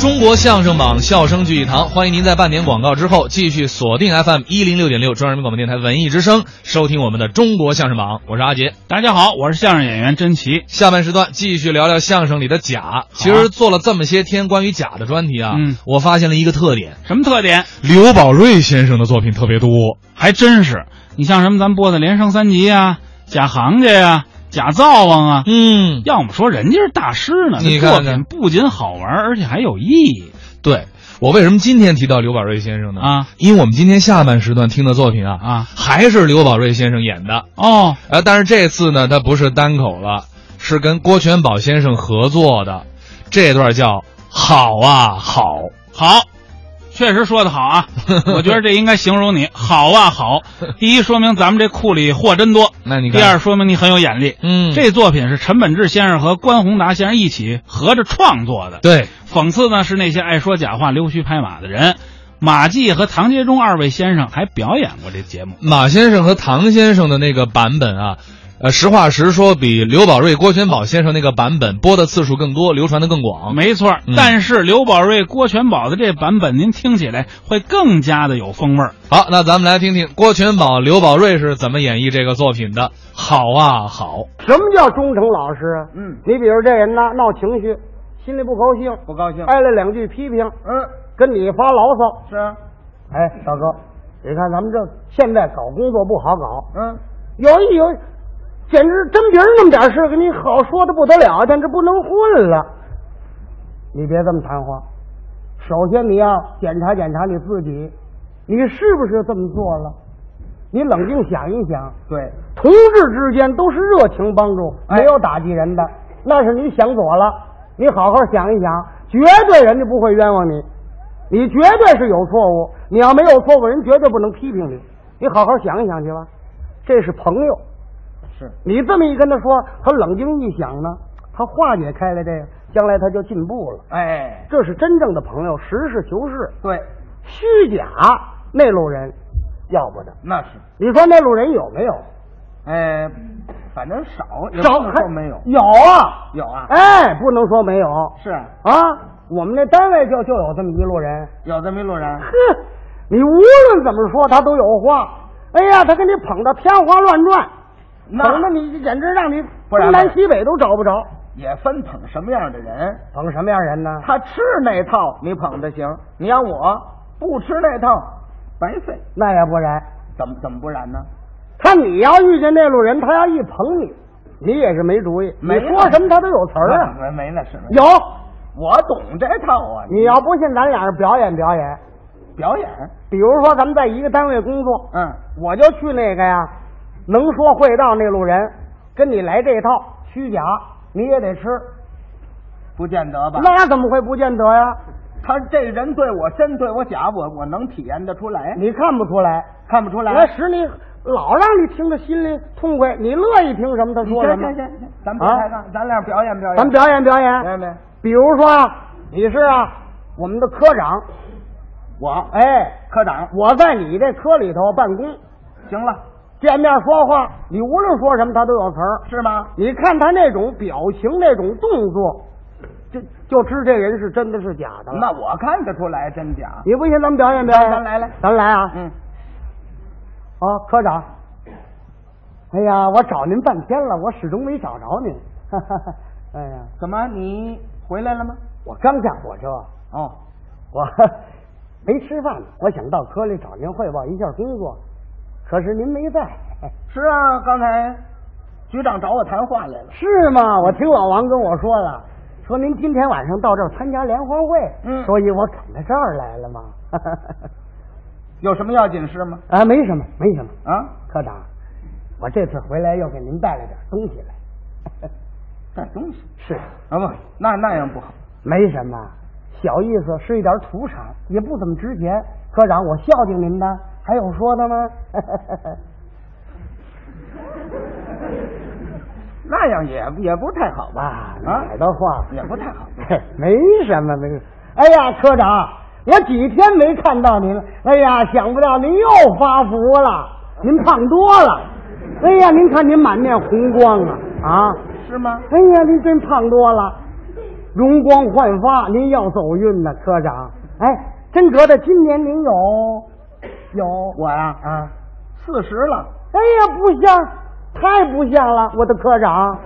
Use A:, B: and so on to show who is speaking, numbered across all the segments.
A: 中国相声榜，笑声聚一堂。欢迎您在半点广告之后继续锁定 FM 一零六点六中央人民广播电台文艺之声，收听我们的《中国相声榜》。我是阿杰。
B: 大家好，我是相声演员甄奇。
A: 下半时段继续聊聊相声里的假。其实做了这么些天关于假的专题啊，
B: 嗯
A: 我发现了一个特点：
B: 什么特点？
A: 刘宝瑞先生的作品特别多。
B: 还真是，你像什么咱播的《连升三级》啊，《假行家》呀，《假灶王》啊，
A: 嗯，
B: 要么说人家是大师呢。
A: 你
B: 这作
A: 看看
B: 品不仅好玩，而且还有意义
A: 对我为什么今天提到刘宝瑞先生呢？
B: 啊
A: 因为我们今天下半时段听的作品啊，
B: 啊！
A: 还是刘宝瑞先生演的。
B: 哦，
A: 呃，但是这次呢，他不是单口了，是跟郭全宝先生合作的，这段叫“好啊好
B: 好，确实说的好 啊，我觉得这应该形容你好啊好。第一，说明咱们这库里货真多；”。
A: 那你看，
B: 第二，，说明你很有眼力。
A: 嗯，
B: 这作品是陈本志先生和关宏达先生一起合着创作的。
A: 对，
B: 讽刺呢是那些爱说假话、溜须拍马的人。马季和唐杰忠二位先生还表演过这节目。
A: 马先生和唐先生的那个版本啊。呃，实话实说，比刘宝瑞、郭全宝先生那个版本播的次数更多，流传的更广。
B: 没错儿，
A: 嗯
B: 但是刘宝瑞、郭全宝的这版本，您听起来会更加的有风味儿。
A: 好，那咱们来听听郭全宝、刘宝瑞是怎么演绎这个作品的。好啊，好，
C: 什么叫忠诚老实啊？
D: 嗯，
C: 你比如这人呢，闹情绪，心里不高兴，
D: 不高兴。
C: 挨了两句批评，
D: 嗯，
C: 跟你发牢骚。
D: 是啊，
C: 哎，大哥，你看咱们这现在搞工作不好搞，
D: 嗯，
C: 有一有，简直真别人那么点事儿跟你好说的不得了，但这不能混了。你别这么谈话，首先你要检查检查你自己，你是不是这么做了？你冷静想一想，
D: 对，
C: 同志之间都是热情帮助，
D: 哎
C: 没有打击人的，那是你想左了。你好好想一想，绝对人家不会冤枉你，你绝对是有错误。你要没有错误，人绝对不能批评你。你好好想一想去吧，这是朋友。
D: 是
C: 你这么一跟他说，他冷静一想呢，他化解开了这个，将来他就进步了。
D: 哎，
C: 这是真正的朋友，实事求是，
D: 对，
C: 虚假那路人要不得。
D: 那是，
C: 你说那路人有没有？
D: 哎，反正少，也
C: 少
D: 不能
C: 还
D: 说没有，
C: 有啊，
D: 有啊
C: 哎，不能说没有
D: 是啊
C: 啊。我们那单位就就有这么一路人，
D: 有这么一路人，
C: 哼，你无论怎么说他都有话。哎呀，他给你捧的天花乱转，
D: 那
C: 捧的你简直让你
D: 不
C: 东
D: 然呢
C: 南西北都找不着。
D: 也分捧什么样的人，
C: 捧什么样人呢？
D: 他吃那套你捧的行，你要我不吃那套，白费，
C: 那也不然，
D: 怎么怎么不然呢？
C: 他你要遇见那路人，他要一捧你，你也是没主意。你
D: 没
C: 说什么他都有词儿啊。
D: 那没没那是没，
C: 有，
D: 我懂这套啊，
C: 你要不信，咱俩人表演表演。
D: 表演，
C: 比如说，咱们在一个单位工作，
D: 嗯，
C: 我就去那个呀，能说会道那路人，跟你来这套虚假，你也得吃，
D: 不见得吧？
C: 那怎么会不见得呀？
D: 他这人对我真对我假，我我能体验得出来，
C: 你看不出来，
D: 看不出来。
C: 那使你老让你听着心里痛快，你乐意听什么他
D: 行
C: 说什么啊
D: 行。行行，咱别抬杠，咱俩表演表演。
C: 咱们表演表
D: 表演
C: 演，
D: 表演。
C: 比如说啊，你是啊我们的科长，
D: 我哎，
C: 哎，
D: 科长，
C: 我在你这科里头办公，
D: 行了，
C: 见面说话，你无论说什么他都有词儿。
D: 是吗？
C: 你看他那种表情、那种动作，就就知这人是真的是假的了。
D: 那我看得出来真假。
C: 你不信，咱们表演表演。
D: 咱来来
C: 咱来啊！
D: 嗯，
C: 啊，科长，哎呀，我找您半天了，我始终没找着您。哎呀，
D: 怎么你回来了吗？
C: 我刚下火车，
D: 哦，
C: 我没吃饭呢，我想到科里找您汇报一下工作，可是您没在，
D: 是啊，刚才局长找我谈话来了。
C: 是吗？我听老王跟我说了。说您今天晚上到这儿参加联欢会，
D: 嗯
C: 所以我赶到这儿来了嘛。
D: 有什么要紧事吗？
C: 啊，没什么，没什么。
D: 啊，
C: 科长，我这次回来又给您带了点东西来。
D: 带东西
C: 是，
D: 啊不，那那样不好。
C: 没什么，小意思，是一点土产，也不怎么值钱。科长，我孝敬您的，还有说的吗？
D: 那样也也不太好
C: 哇，
D: 吧？啊
C: 哪儿的话，
D: 也不太好。
C: 嘿没什么，没什么。哎呀，科长，我几天没看到您了。哎呀，想不到您又发福了，您胖多了。哎呀，您看您满面红光啊啊！
D: 是吗？
C: 哎呀，您真胖多了。容光焕发，您要走运呢，科长。哎，真格的，今年您有有
D: 我呀
C: 啊？
D: 四十了，
C: 哎呀，不像，太不像了，我的科长，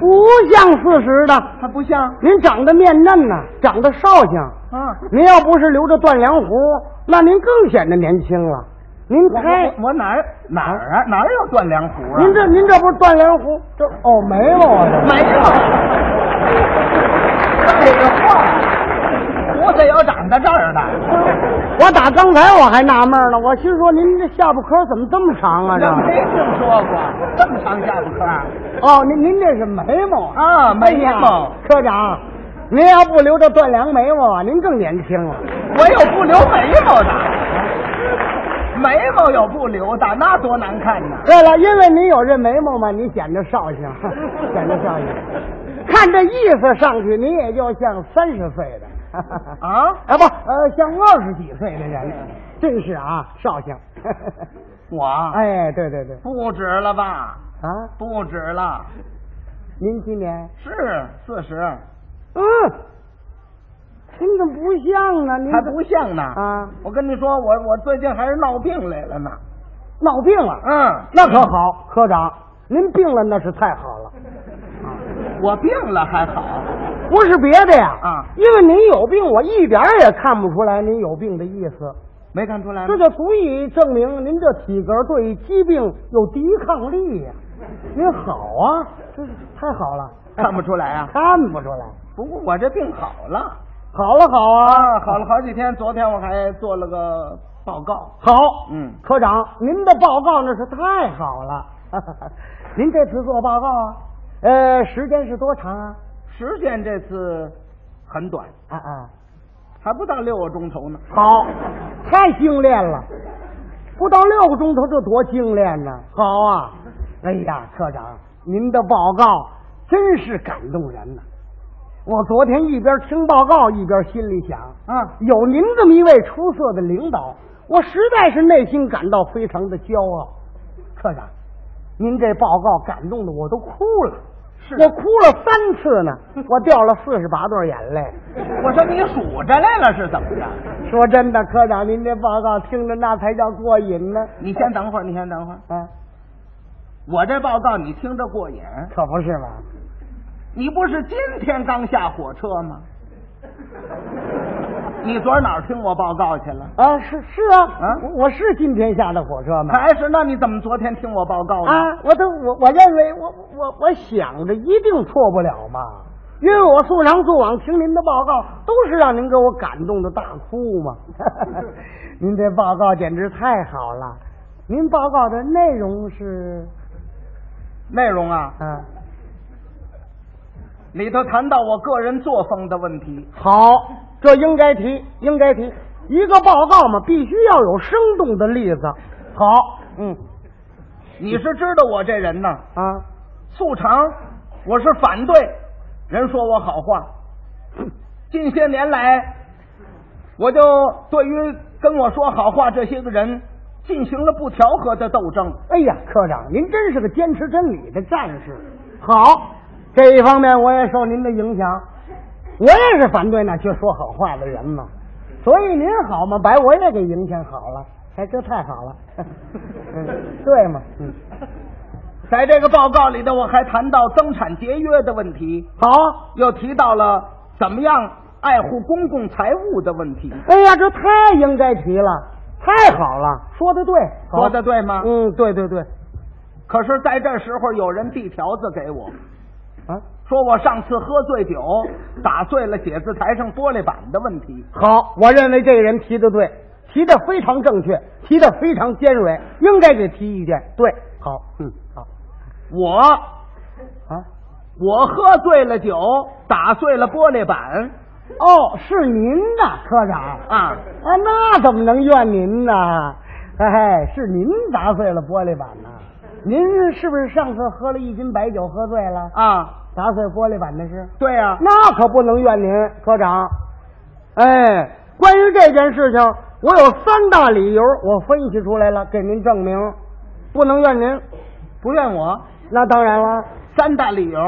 C: 不像四十的。
D: 还不像
C: 您长得面嫩呐、长得绍兴。
D: 啊。
C: 您要不是留着断梁胡，那您更显得年轻了。您
D: 我
C: 猜
D: 我，我哪儿哪儿啊？哪儿有断梁湖啊？
C: 您这您这不是断梁胡？这哦没了我这
D: 没有。废话，胡子要长到这儿呢，
C: 我打刚才我还纳闷呢，我心说您这下巴颏怎么这么长啊？
D: 那没
C: 这
D: 听说过这么长下巴颏儿
C: 哦，您您这是眉毛啊？
D: 啊？
C: 哎
D: 眉
C: 呀
D: 毛，
C: 科长，您要不留着断梁眉毛啊，您更年轻了。
D: 我有不留眉毛的，眉毛有不留的，那多难看呐！
C: 对了，因为您有这眉毛嘛，你显得绍兴， 显得绍兴。看这意思上去，您也就像三十岁的，
D: 啊，
C: 啊不，呃，像二十几岁的人，真是啊，绍兴。
D: 我哎，
C: 哎，对对对，
D: 不止了吧？
C: 啊，
D: 不止了，
C: 您今年，
D: 是四十，
C: 嗯，您怎么不像呢？您
D: 还不像呢
C: 啊
D: 我跟你说，我我最近还是闹病来了呢。
C: 闹病了？
D: 嗯，
C: 那可好，科长，您病了那是太好了，
D: 我病了还好，
C: 不是别的呀，
D: 啊
C: 因为您有病，我一点儿也看不出来您有病的意思。
D: 没看出来吗
C: 这就足以证明您这体格对疾病有抵抗力呀、您好啊，这是太好了，
D: 看不出 来啊
C: 看不出来。
D: 不过我这病好了
C: 好了好啊，
D: 啊，好了好几天。昨天我还做了个报告，
C: 好，
D: 嗯
C: 科长，您的报告那是太好了。 您这次做报告啊，呃，时间是多长啊？
D: 时间这次很短，
C: 啊啊，
D: 还不到六个钟头呢。
C: 好，太精炼了，不到六个钟头这多精炼呢。好啊，哎呀，科长，您的报告真是感动人呐、我昨天一边听报告一边心里想，
D: 啊，
C: 有您这么一位出色的领导，我实在是内心感到非常的骄傲。科长，您这报告感动的我都哭了，我哭了三次 呢，我掉了四十八对眼泪。
D: 我说你数着来了是怎么着？
C: 说真的，科长，您这报告听着那才叫过瘾呢。
D: 你先等会儿，你先等会儿。
C: 啊，
D: 我这报告你听着过瘾，
C: 可不是嘛？
D: 你不是今天刚下火车吗？你昨儿哪儿听我报告去了？
C: 啊，是是啊，
D: 啊
C: 我我是今天下的火车嘛。
D: 还是那你怎么昨天听我报告呢？
C: 啊，我都我我认为我我我想着一定错不了嘛，因为我素常素往听您的报告，都是让您给我感动的大哭 嘛。您这报告简直太好了，您报告的内容是
D: 内容啊，
C: 啊
D: 里头谈到我个人作风的问题。
C: 好，这应该提，应该提。一个报告嘛，必须要有生动的例子。好，嗯
D: 你是知道我这人呐，
C: 啊，
D: 素常我是反对人说我好话。近些年来，我就对于跟我说好话这些个人进行了不调和的斗争。
C: 哎呀，科长，您真是个坚持真理的战士。好，这一方面我也受您的影响，我也是反对那些说好话的人嘛。所以您好嘛，把我也给影响好了，哎，这太好了。 嗯，对嘛，嗯，
D: 在这个报告里头，我还谈到增产节约的问题，
C: 好啊。
D: 又提到了怎么样爱护公共财物的问题。
C: 哎呀，这太应该提了，太好了，说的对，好
D: 说得对吗
C: 嗯，对对对，
D: 可是，在这时候，有人递条子给我，
C: 啊，
D: 说我上次喝醉酒打碎了写字台上玻璃板的问题。
C: 好，我认为这个人提的对，提的非常正确，提的非常尖锐，应该给提意见。对，好，嗯，好，
D: 我
C: 啊，
D: 我喝醉了酒，打碎了玻璃板
C: 哦，是您呐，科长啊，
D: 啊！
C: 那怎么能怨您呢？哎，是您砸碎了玻璃板呐、您是不是上次喝了一斤白酒喝醉了，
D: 啊，
C: 砸碎玻璃板的是？
D: 对啊呀、
C: 那可不能怨您，科长。哎，关于这件事情，我有三大理由，我分析出来了，给您证明，不能怨您。
D: 不怨我。
C: 那当然了，
D: 三大理由，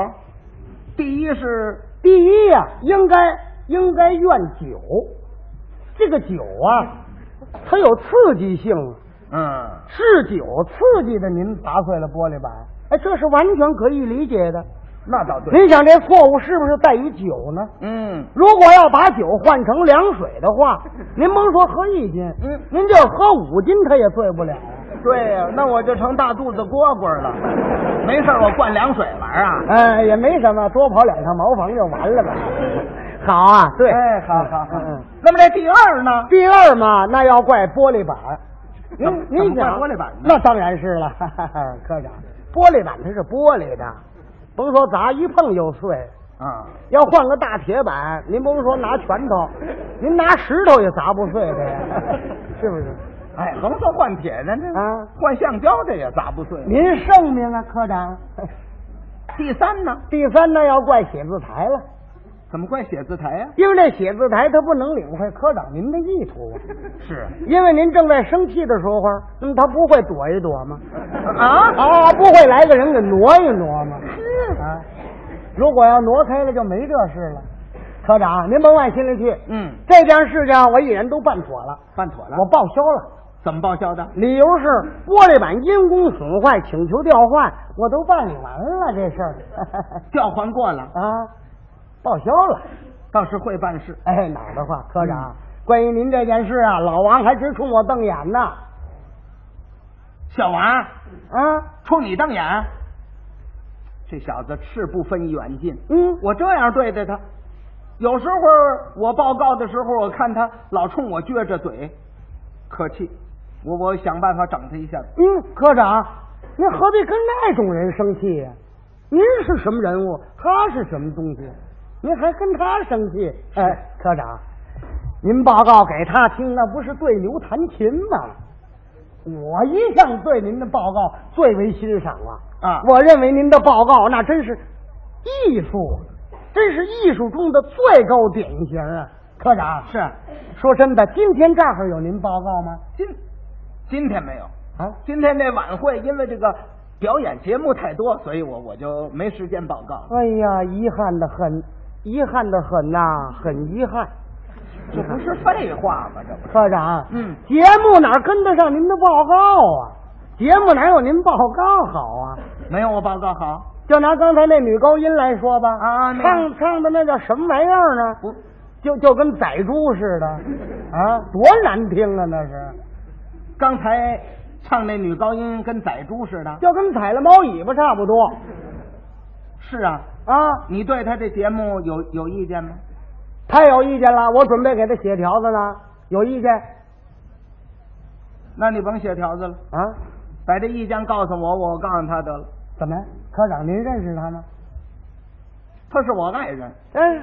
D: 第一是
C: 第第一呀、应该应该怨酒，这个酒啊，它有刺激性啊，
D: 嗯，
C: 是酒刺激的您砸碎了玻璃板，哎，这是完全可以理解的。
D: 那倒对，
C: 您想这错误是不是在于酒呢？
D: 嗯
C: 如果要把酒换成凉水的 话，您甭说喝一斤，
D: 嗯
C: 您就喝五斤，它也醉不了。
D: 对呀、那我就成大肚子蝈蝈了。没事儿，我灌凉水玩儿啊。
C: 哎，也没什么，多跑两趟茅房就完 了呗。好啊，对，
D: 哎，好好好
C: 嗯嗯。
D: 那么这第二呢？
C: 第二嘛，那要怪玻璃板。您
D: 怎么
C: 您
D: 嗯怎么
C: 想
D: 怪玻璃板呢
C: 那当然是了， 科长，玻璃板它是玻璃的，甭说砸，一碰就碎。
D: 啊，
C: 要换个大铁板，您甭说拿拳头，您拿石头也砸不碎的呀， 是不是？
D: 哎，甭说换铁的，这
C: 啊
D: 换橡胶的也砸不碎。
C: 您圣明啊，科长。
D: 第三呢？
C: 第三呢，要怪写字台了，
D: 怎么怪写字台呀、
C: 因为这写字台他不能领会科长您的意 图啊，
D: 是
C: 因为您正在生气的时候，那、么他不会躲一躲吗？
D: 啊，嗯
C: 啊，不会来个人给挪一挪吗？是啊，如果要挪开了，就没这事了。科长，您甭往心里去，
D: 嗯，
C: 这件事情我已然都办妥了，
D: 办妥了。
C: 我报销了。
D: 怎么报销的？
C: 理由是玻璃板因公损坏，请求调换，我都办理完了这事儿
D: 调换过了，
C: 啊，报销了。
D: 倒是会办事。
C: 哎，哪儿的话，科长，关于您这件事啊，老王还直冲我瞪眼呢。
D: 小王，
C: 啊，
D: 冲你瞪眼，这小子事不分远近。
C: 嗯，
D: 我这样对待他，有时候我报告的时候，我看他老冲我撅着嘴，可气。我我想办法整他一下子。
C: 嗯，科长，您何必跟那种人生气呀、您是什么人物？他是什么东西？您还跟他生气？哎，科长，您报告给他听，那不是对牛弹琴吗？我一向对您的报告最为欣赏啊！
D: 啊
C: 我认为您的报告那真是艺术，真是艺术中的最高典型啊！科长是说真的，今天这儿有您报告吗？
D: 今今天没有，
C: 啊，
D: 今天这晚会因为这个表演节目太多，所以我我就没时间报告。
C: 哎呀，遗憾的很，遗憾的很呐、很遗憾。
D: 这不是废话吗？这不是
C: 科长，
D: 嗯
C: 节目哪跟得上您的报告啊？节目哪有您报告好啊？
D: 没有我报告好
C: 就拿刚才那女高音来说吧，
D: 啊那
C: 唱唱的那叫什么玩意儿呢？
D: 不？
C: 就就跟宰猪似的，啊，多难听啊！那是，
D: 刚才唱那女高音跟宰猪似的。
C: 就跟踩了猫尾巴差不多
D: 是啊，
C: 啊。
D: 你对他这节目有有意见吗？
C: 他有意见了，我准备给他写条子呢。有意见
D: 那你甭写条子了，
C: 啊？
D: 把这意见告诉我，我告诉他得了。
C: 怎么？科长，您认识他吗？
D: 他是我爱人
C: 嗯，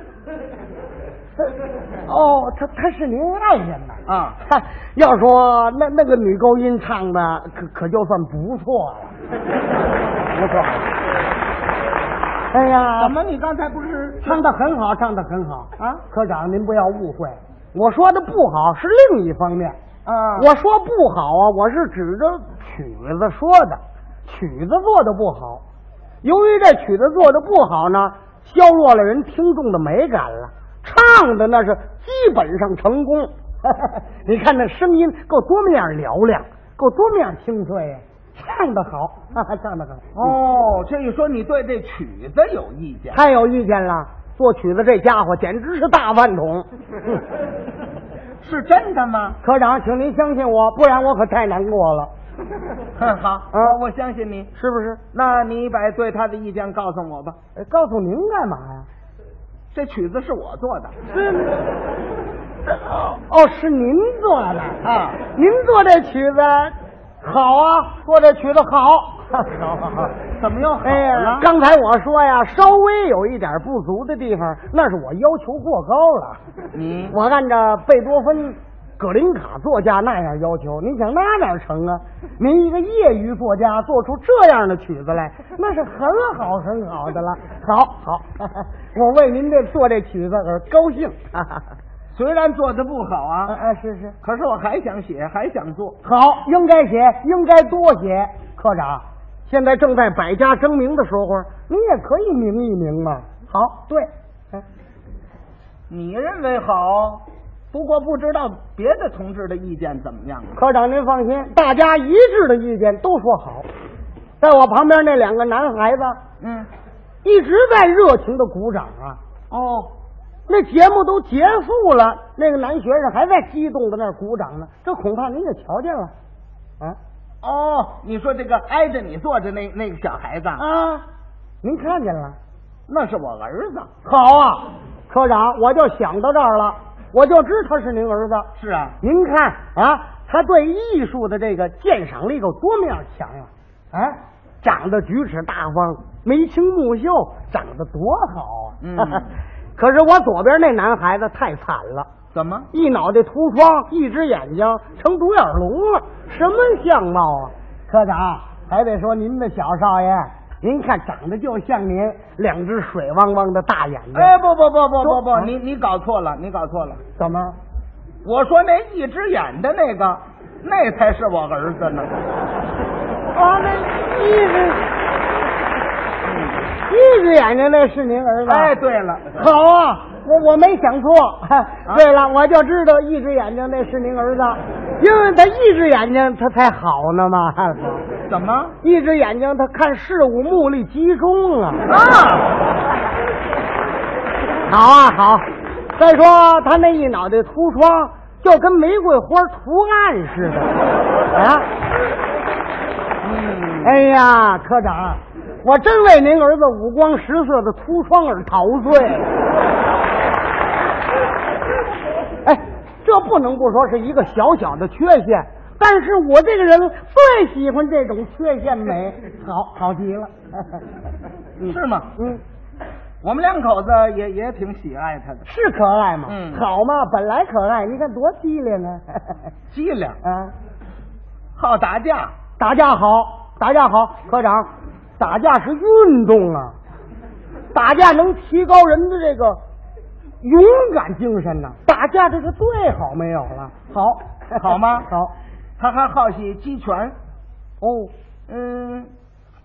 C: 哦，他他是您爱人呐。
D: 啊，
C: 哈要说那那个女高音唱的可可就算不错了，不错。哎呀，
D: 怎么你刚才不是
C: 唱的很好，唱的很好
D: 啊
C: 科长，您不要误会，我说的不好是另一方面。
D: 啊？
C: 我说不好啊，我是指着曲子说的，曲子做的不好。由于这曲子做的不好呢，削弱了人听众的美感了。唱的那是基本上成功， 你看那声音够多么样嘹亮，够多么样清脆呀、唱的好， 唱的好。
D: 哦，这一说你对这曲子有意见，
C: 太有意见了，作曲子这家伙简直是大饭桶。
D: 是真的吗？
C: 科长，请您相信我，不然我可太难过了，
D: 哼， 好，
C: 啊
D: 我我相信你。
C: 是不是？
D: 那你把对他的意见告诉我吧。
C: 呃告诉您干嘛呀？
D: 这曲子是我做的
C: 哦，是您做的
D: 啊，
C: 您做这曲子好啊，做这曲子 好。好好好，
D: 啊怎么又好了？
C: 哎呀，刚才我说呀，稍微有一点不足的地方，那是我要求过高了。
D: 你
C: 我按照贝多芬、葛林卡作家那样要求，你想那哪成啊？您一个业余作家做出这样的曲子来，那是很好很好的了。好好， 我为您这做这曲子而高兴。哈哈哈
D: 虽然做的不好
C: 啊
D: 啊，
C: 啊，是是，
D: 可是我还想写，还想做。
C: 好，应该写，应该多写。科长，现在正在百家争鸣的时候，您也可以明一明嘛。好，对，哎
D: 你认为好，不过不知道别的同志的意见怎么样啊？
C: 科长您放心，大家一致的意见都说好。在我旁边那两个男孩子
D: 嗯，
C: 一直在热情的鼓掌啊，
D: 哦，
C: 那节目都结束了，那个男学生还在激动的那儿鼓掌呢，这恐怕您也瞧见了，啊
D: 哦，你说这个挨着你坐着那那个小孩子，
C: 啊，您看见了。
D: 那是我儿子。
C: 好啊，科长，我就想到这儿了，我就知他是您儿子。
D: 是啊，
C: 您看啊，他对艺术的这个鉴赏力有多么样强啊！
D: 哎
C: 啊，长得举止大方，眉清目秀，长得多好啊！
D: 嗯
C: 可是我左边那男孩子太惨了，
D: 怎么？
C: 一脑袋秃疮，一只眼睛成独眼龙了，什么相貌啊！科长，还得说您的小少爷，您看长得就像您，两只水汪汪的大眼睛。
D: 哎，不不不不不不
C: 说，
D: 你你搞错了，你搞错了。
C: 怎么？
D: 我说那一只眼的那个，那才是我儿子呢。
C: 啊，那一只一只眼睛那是您儿子？
D: 哎，，对 了，
C: 好啊，我我没想错。
D: 啊
C: 对了，我就知道一只眼睛那是您儿子，因为他一只眼睛他才好呢嘛，
D: 怎么？
C: 一只眼睛他看事物目力集中啊。
D: 啊，
C: 好啊，好。再说他那一脑袋秃疮，就跟玫瑰花图案似的啊！
D: 嗯，
C: 哎呀，科长，我真为您儿子五光十色的秃疮而陶醉。哎，这不能不说是一个小小的缺陷，但是我这个人最喜欢这种缺陷美，好好极了。
D: 是吗？
C: 嗯。
D: 我们两口子也也挺喜爱他的，
C: 是可爱嘛，
D: 嗯
C: 好嘛，本来可爱，你看多机灵啊！
D: 机灵，
C: 啊，
D: 好打架。
C: 打架好，打架好，科长，打架是运动啊，打架能提高人的这个勇敢精神呐、打架这是最好没有了，好
D: 好吗
C: 好，
D: 他还好喜击拳，
C: 哦，
D: 嗯，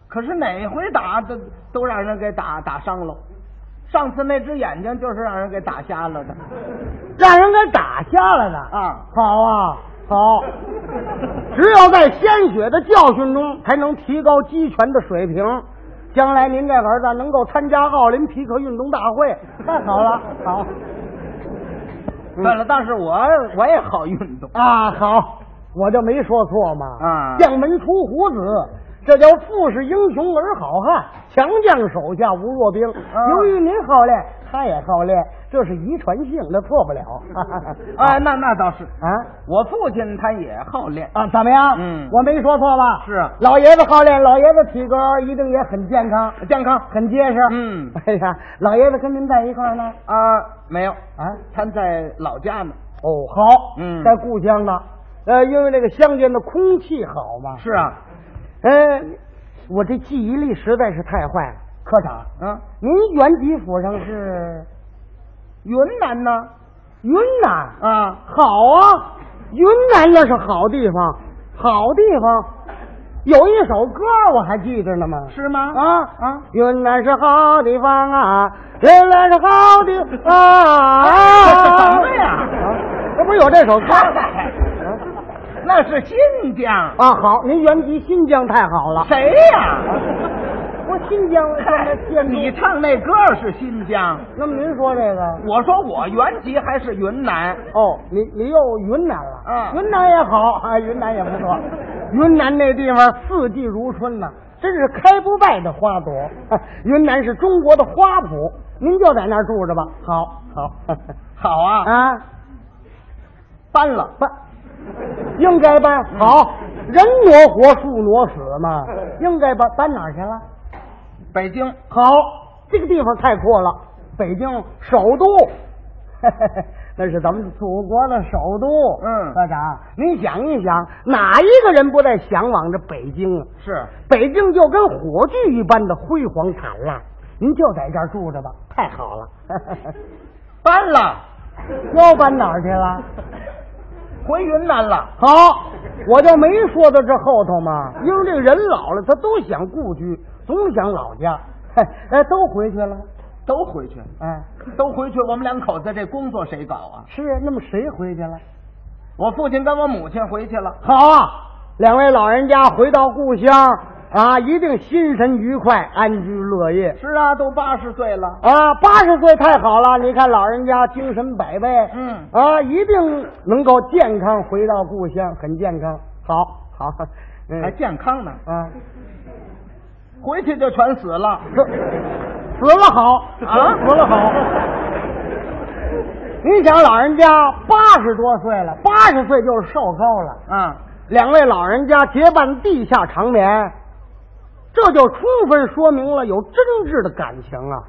D: 可是哪回打都都让人给打打伤了。上次那只眼睛就是让人给打瞎了的。
C: 让人给打下来了
D: 啊
C: 好啊， 好，只有在鲜血的教训中，才能提高击拳的水平。将来您这儿子能够参加奥林匹克运动大会，太好 了，好
D: 算了，但是我我也好运动。
C: 啊，好，我就没说错嘛。
D: 啊
C: 将门出虎子，这叫富士英雄而好汉，强将手下无弱兵。
D: 啊
C: 由于您好练，他也好练，这是遗传性，那错 不了。嗯
D: 啊，那那倒是，
C: 啊。
D: 我父亲他也好练。
C: 啊，怎么样？
D: 嗯
C: 我没说错吧？
D: 是啊
C: 老爷子好练，老爷子体格一定也很健康，健康很结实。
D: 嗯
C: 哎呀，老爷子跟您在一块儿呢。
D: 啊，没有
C: 啊，
D: 他在老家呢。
C: 哦，好，
D: 嗯
C: 在故乡呢。呃，因为那个乡间的空气好嘛。
D: 是啊，
C: 呃，我这记忆力实在是太坏了，科长。
D: 嗯，
C: 您原籍府上是
D: 云南呢？
C: 云南？
D: 嗯啊，
C: 好啊，云南那是好地方，好地方。有一首歌我还记着呢嘛。
D: 是吗？
C: 啊
D: 啊，
C: 云南是好地方啊，云南是好地方啊。
D: 哎什么呀
C: 啊这不是有这首歌
D: 嗨那是新疆。
C: 啊？好，您原籍新疆太好了。
D: 谁呀、
C: 我新疆
D: 嗨 你
C: 你
D: 唱那歌是新疆，
C: 那么您说这个？
D: 我说我原籍还是云南。
C: 哦，你你又云南了？
D: 嗯
C: 云南也好啊，云南也不 错。云南那地方四季如春呐、真是开不败的花朵。 云南是中国的花圃，您就在那儿住着吧。好，好，
D: 好啊，
C: 啊，
D: 搬了。
C: 搬，应该搬。 好，人挪活，树挪死嘛，应该搬。搬哪儿去了？
D: 北京
C: 好，这个地方太阔了，北京首都，那是咱们祖国的首都。
D: 嗯
C: 科长，您想一想，哪一个人不在向往着北京啊？
D: 是
C: 北京就跟火炬一般的辉煌灿烂，您就在这儿住着吧，太好了。
D: 搬了，
C: 又搬哪儿去了？
D: 回云南了。
C: 好，我就没说到这后头嘛，因为这个人老了，他都想故居，总想老家，嘿，哎，都回去了。
D: 都回去，
C: 哎，
D: 都回去，我们两口子这工作谁搞啊？
C: 是啊，那么谁回去了？
D: 我父亲跟我母亲回去了，
C: 好啊，两位老人家回到故乡啊，一定心神愉快，安居乐业。
D: 是啊，都八十岁了，
C: 啊，八十岁太好了！你看老人家精神百倍，
D: 嗯
C: 啊，一定能够健康回到故乡，很健康。好，好，嗯，
D: 还健康呢，
C: 啊，
D: 回去就全死了。
C: 死死了好
D: 啊
C: 死了好。你想，老人家八十多岁了，八十岁就是寿高了。
D: 啊，
C: 两位老人家结伴地下长眠，这就充分说明了有真挚的感情啊！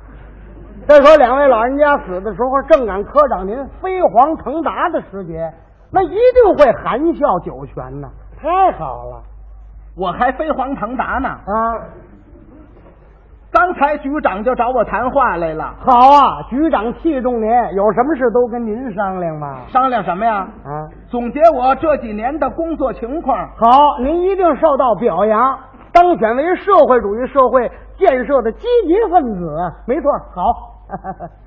C: 再说两位老人家死的时候，正赶科长您飞黄腾达的时节，那一定会含笑九泉呐、太好了
D: 我还飞黄腾达呢。
C: 啊！
D: 刚才局长就找我谈话来了，
C: 好啊，局长器重您，有什么事都跟您商量吧。
D: 商量什么呀？
C: 啊，
D: 总结我这几年的工作情况。
C: 好，您一定受到表扬，当选为社会主义社会建设的积极分子。没错，好。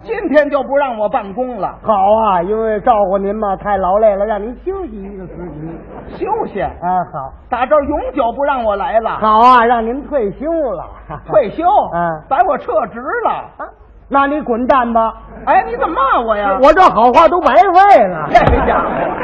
D: 今天就不让我办公了，
C: 好啊，因为照顾您嘛，太劳累了，让您休息一个时期。
D: 休息。
C: 啊，好，
D: 打这儿永久不让我来了，
C: 好啊，让您退休 了，
D: 退休，
C: 嗯
D: 把我撤职了。
C: 啊，那你滚蛋吧，
D: 哎，你怎么骂我呀？
C: 我这好话都白费了。
D: 这家伙。